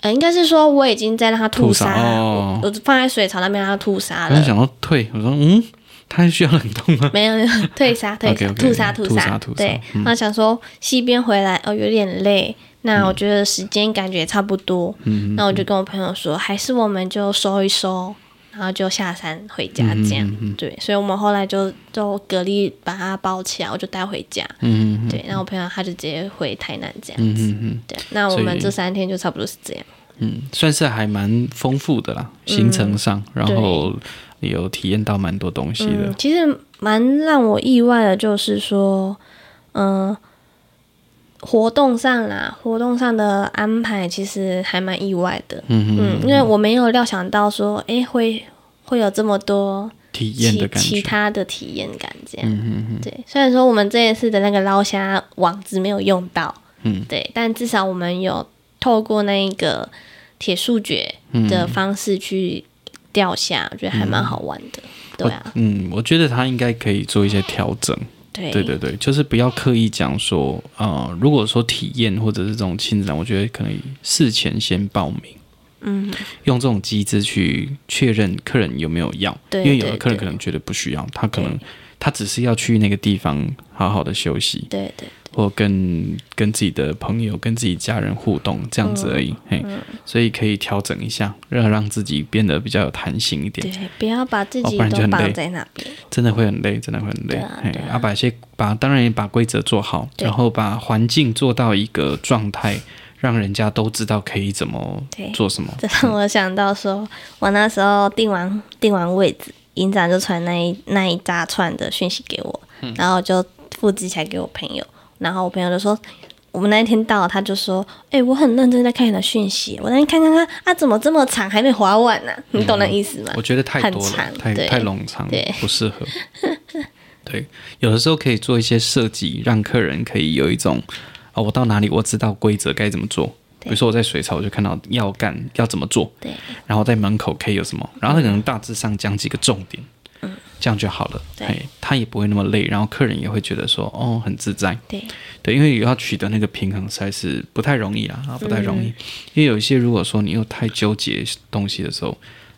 Speaker 1: 呃，应该是说我已经在让它
Speaker 2: 吐
Speaker 1: 沙，
Speaker 2: 沙哦
Speaker 1: 我我放在水槽那边让它吐沙
Speaker 2: 我就
Speaker 1: 了。
Speaker 2: 想到退，我说嗯，它需要冷冻吗？
Speaker 1: 没有没有 退沙退沙
Speaker 2: OK，OK，
Speaker 1: 吐沙
Speaker 2: 吐
Speaker 1: 沙
Speaker 2: 沙吐沙
Speaker 1: 对，然
Speaker 2: 嗯
Speaker 1: 后想说西边回来哦有点累，那我觉得时间感觉也差不多，
Speaker 2: 嗯
Speaker 1: 那我就跟我朋友说，还是我们就收一收，然后就下山回
Speaker 2: 嗯
Speaker 1: 家这样，对，所以我们后来就就隔离把它包起来，我就带回家，
Speaker 2: 嗯嗯
Speaker 1: 对，然后我朋友他就直接回台南这样子，
Speaker 2: 嗯嗯
Speaker 1: 对，啊那我们
Speaker 2: 所以
Speaker 1: 这三天就差不多是这样，
Speaker 2: 嗯，算是还蛮丰富的啦，行程上，然后也有体验到蛮多东西的
Speaker 1: 嗯，。其实蛮让我意外的，就是说，嗯、活动上啦，活动上的安排其实还蛮意外的。
Speaker 2: 嗯嗯，
Speaker 1: 嗯，因为我没有料想到说，诶，会会有这么多
Speaker 2: 体验
Speaker 1: 其
Speaker 2: 的感
Speaker 1: 其
Speaker 2: 觉。
Speaker 1: 他的体验感这样。
Speaker 2: 嗯嗯嗯
Speaker 1: 对，虽然说我们这一次的那个捞虾网子没有用到，
Speaker 2: 嗯，
Speaker 1: 对，但至少我们有透过那个铁树蕨
Speaker 2: 嗯
Speaker 1: 的方式去钓虾，我觉得还蛮好玩的。对啊，
Speaker 2: 嗯，我觉得他应该可以做一些调整。
Speaker 1: 对
Speaker 2: 对对对，就是不要刻意讲说，呃，如果说体验或者是这种进展，我觉得可能事前先报名，
Speaker 1: 嗯，
Speaker 2: 用这种机制去确认客人有没有要，
Speaker 1: 对
Speaker 2: 因为有的
Speaker 1: 对
Speaker 2: 客人
Speaker 1: 对
Speaker 2: 可能觉得不需要，他可能
Speaker 1: 对
Speaker 2: 他只是要去那个地方好好的休息，
Speaker 1: 对对
Speaker 2: 或跟跟自己的朋友、跟自己家人互动这样子而
Speaker 1: 嗯
Speaker 2: 已，嘿，所以可以调整一下，让让自己变得比较有弹性一点。
Speaker 1: 对，不要把自
Speaker 2: 哦
Speaker 1: 己
Speaker 2: 不然就
Speaker 1: 都
Speaker 2: 很累
Speaker 1: 绑在那边。
Speaker 2: 真的会很累，真的会很累。
Speaker 1: 对啊
Speaker 2: 嘿
Speaker 1: 对啊
Speaker 2: 啊把一些把当然也把规则做好，
Speaker 1: 对
Speaker 2: 然后把环境做到一个状态，让人家都知道可以怎么
Speaker 1: 对
Speaker 2: 做什么。
Speaker 1: 这让我想到说，我那时候订完订完位置，营长就传那一那一大串的讯息给我，
Speaker 2: 嗯
Speaker 1: 然后我就复制起来给我朋友，然后我朋友就说。我们那一天到了，他就说：“哎、我很认真在看你的讯息，我那天看看看，啊，怎么这么长，还没划完呢、你懂那意思吗？
Speaker 2: 嗯我觉得太多
Speaker 1: 很
Speaker 2: 了，
Speaker 1: 长
Speaker 2: 太
Speaker 1: 对
Speaker 2: 太冗长
Speaker 1: 对，
Speaker 2: 不适合。 对，有的时候可以做一些设计，让客人可以有一种啊、我到哪里我知道规则该怎么做。比
Speaker 1: 对
Speaker 2: 如说我在水槽，我就看到要干要怎么做，
Speaker 1: 对嗯
Speaker 2: 然后在门口可以有什么，然后他可能大致上讲几个重点，这样就好了。
Speaker 1: 对
Speaker 2: 嘿，他也不会那么累，然后客人也会觉得说，哦，很自在。
Speaker 1: 对
Speaker 2: 对，因为要取得那个平衡实在是不太容易啦，啊，不太容易。
Speaker 1: 嗯
Speaker 2: 因为有一些如果说你又太纠结东西的时候，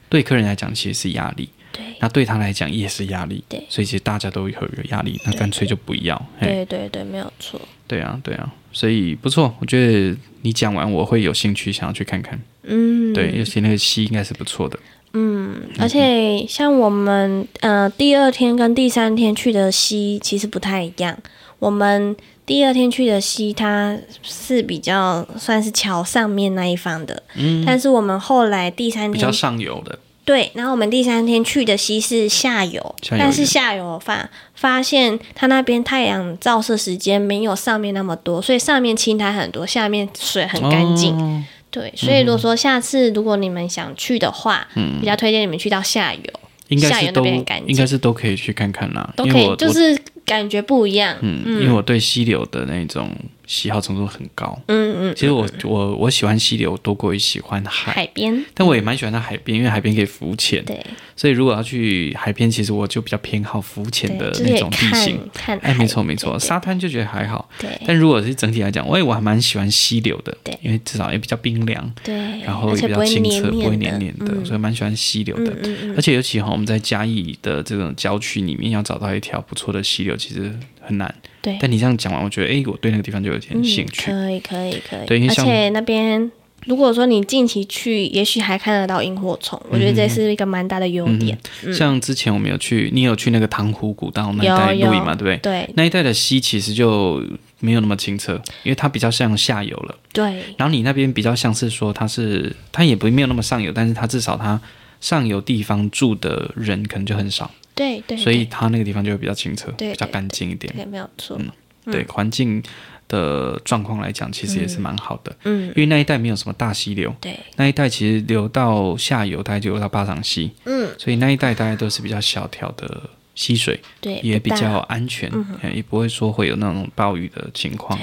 Speaker 2: 对客人来讲其实是压力，
Speaker 1: 对
Speaker 2: 那对他来讲也是压力。
Speaker 1: 对
Speaker 2: 所以其实大家都会有压力，那干脆就不要。嘿，
Speaker 1: 对对对，没有错。
Speaker 2: 对啊，对啊，所以不错，我觉得你讲完我会有兴趣想要去看看。
Speaker 1: 嗯，
Speaker 2: 对，尤其那个戏应该是不错的。
Speaker 1: 嗯，而且像我们呃第二天跟第三天去的溪其实不太一样。我们第二天去的溪，它是比较算是桥上面那一方的，嗯，但是我们后来第三
Speaker 2: 比较
Speaker 1: 天
Speaker 2: 上游的，
Speaker 1: 对，然后我们第三天去的溪是下游，
Speaker 2: 下游
Speaker 1: 但是
Speaker 2: 也
Speaker 1: 下游发发现它那边太阳照射时间没有上面那么多，所以上面青苔很多，下面水很干净。
Speaker 2: 哦
Speaker 1: 对，所以如果说下次如果你们想去的话，
Speaker 2: 嗯
Speaker 1: 比较推荐你们去到下游，
Speaker 2: 应
Speaker 1: 下
Speaker 2: 该
Speaker 1: 游
Speaker 2: 是
Speaker 1: 那
Speaker 2: 都
Speaker 1: 边很干净
Speaker 2: 应该是都可以去看看啦，
Speaker 1: 都
Speaker 2: 因
Speaker 1: 可
Speaker 2: 为我
Speaker 1: 以，就是感觉不一样。
Speaker 2: 我
Speaker 1: 嗯
Speaker 2: 嗯，因为我对溪流的那种喜好程度很高。
Speaker 1: 嗯，
Speaker 2: 其实我我我喜欢溪流多过于喜欢海，
Speaker 1: 海边
Speaker 2: 但我也蛮喜欢到海边，因为海边可以浮潜，
Speaker 1: 对
Speaker 2: 所以如果要去海边，其实我就比较偏好浮潜
Speaker 1: 对，
Speaker 2: 的
Speaker 1: 就是可
Speaker 2: 那
Speaker 1: 以
Speaker 2: 种地形。
Speaker 1: 看看
Speaker 2: 哎，
Speaker 1: 海，
Speaker 2: 没错没错，
Speaker 1: 对
Speaker 2: 沙滩就觉得还好，
Speaker 1: 对
Speaker 2: 但如果是整体来讲，我也我还蛮喜欢溪流的
Speaker 1: 对，
Speaker 2: 因为至少也比较冰凉，
Speaker 1: 对，
Speaker 2: 然后
Speaker 1: 而
Speaker 2: 也
Speaker 1: 且
Speaker 2: 比
Speaker 1: 不
Speaker 2: 较
Speaker 1: 会
Speaker 2: 清澈，
Speaker 1: 黏
Speaker 2: 不会黏黏
Speaker 1: 黏嗯
Speaker 2: 的，所以蛮喜欢溪流的。而且尤其哈，我们在嘉义的这种郊区里面，要找到一条不错的溪流，其实很难。
Speaker 1: 对，
Speaker 2: 但你这样讲完，我觉得诶，我对那个地方就有点
Speaker 1: 嗯
Speaker 2: 兴趣。
Speaker 1: 可以可以可以，
Speaker 2: 对因为
Speaker 1: 而
Speaker 2: 像
Speaker 1: 且那边。如果说你近期去，也许还看得到萤火虫，我觉得这
Speaker 2: 嗯
Speaker 1: 是一个蛮大的优点。
Speaker 2: 像之前我们有去，你有去那个塘湖古道那一
Speaker 1: 有
Speaker 2: 带
Speaker 1: 有
Speaker 2: 露营嘛？对不对？
Speaker 1: 对
Speaker 2: 那一带的溪其实就没有那么清澈，因为它比较像下游了。
Speaker 1: 对
Speaker 2: 然后你那边比较像是说它是，它也不没有那么上游，但是它至少它上游地方住的人可能就很少，
Speaker 1: 对对，
Speaker 2: 所以
Speaker 1: 对
Speaker 2: 它那个地方就会比较清澈，
Speaker 1: 对嗯
Speaker 2: 比较
Speaker 1: 对
Speaker 2: 干净一点。
Speaker 1: 对没有错。
Speaker 2: 嗯对环境的状况来讲，其实也是蛮好的，
Speaker 1: 嗯
Speaker 2: 因，为那一带没有什么大溪流，
Speaker 1: 对
Speaker 2: 那一带其实流到下游，大概就流到巴掌溪，
Speaker 1: 嗯，
Speaker 2: 所以那一带大概都是比较小条的溪水，
Speaker 1: 对，
Speaker 2: 也
Speaker 1: 不
Speaker 2: 比
Speaker 1: 大嗯
Speaker 2: 较安全，哎也不会说会有那种暴雨的情况，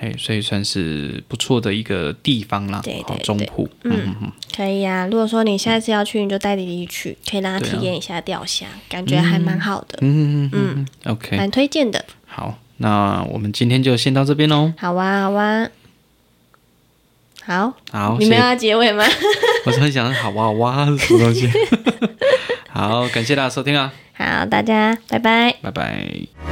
Speaker 2: 哎，所以算是不错的一个地方啦
Speaker 1: 对，
Speaker 2: 好
Speaker 1: 对
Speaker 2: 中
Speaker 1: 对
Speaker 2: 埔，嗯嗯
Speaker 1: 可以啊，如果说你下次要去，你就带弟弟去，可以让他
Speaker 2: 对啊
Speaker 1: 体验一下钓虾，感觉还蛮好的，
Speaker 2: 嗯嗯嗯嗯，OK，
Speaker 1: 蛮推荐的。
Speaker 2: 好，那我们今天就先到这边喽，
Speaker 1: 好啊，好啊，好，
Speaker 2: 好，
Speaker 1: 你
Speaker 2: 谢
Speaker 1: 们
Speaker 2: 谢
Speaker 1: 要结尾吗？
Speaker 2: 我突然想，好哇哇是什么东西？好，感谢大家收听啊，啊
Speaker 1: 好，大家拜拜。
Speaker 2: 拜拜。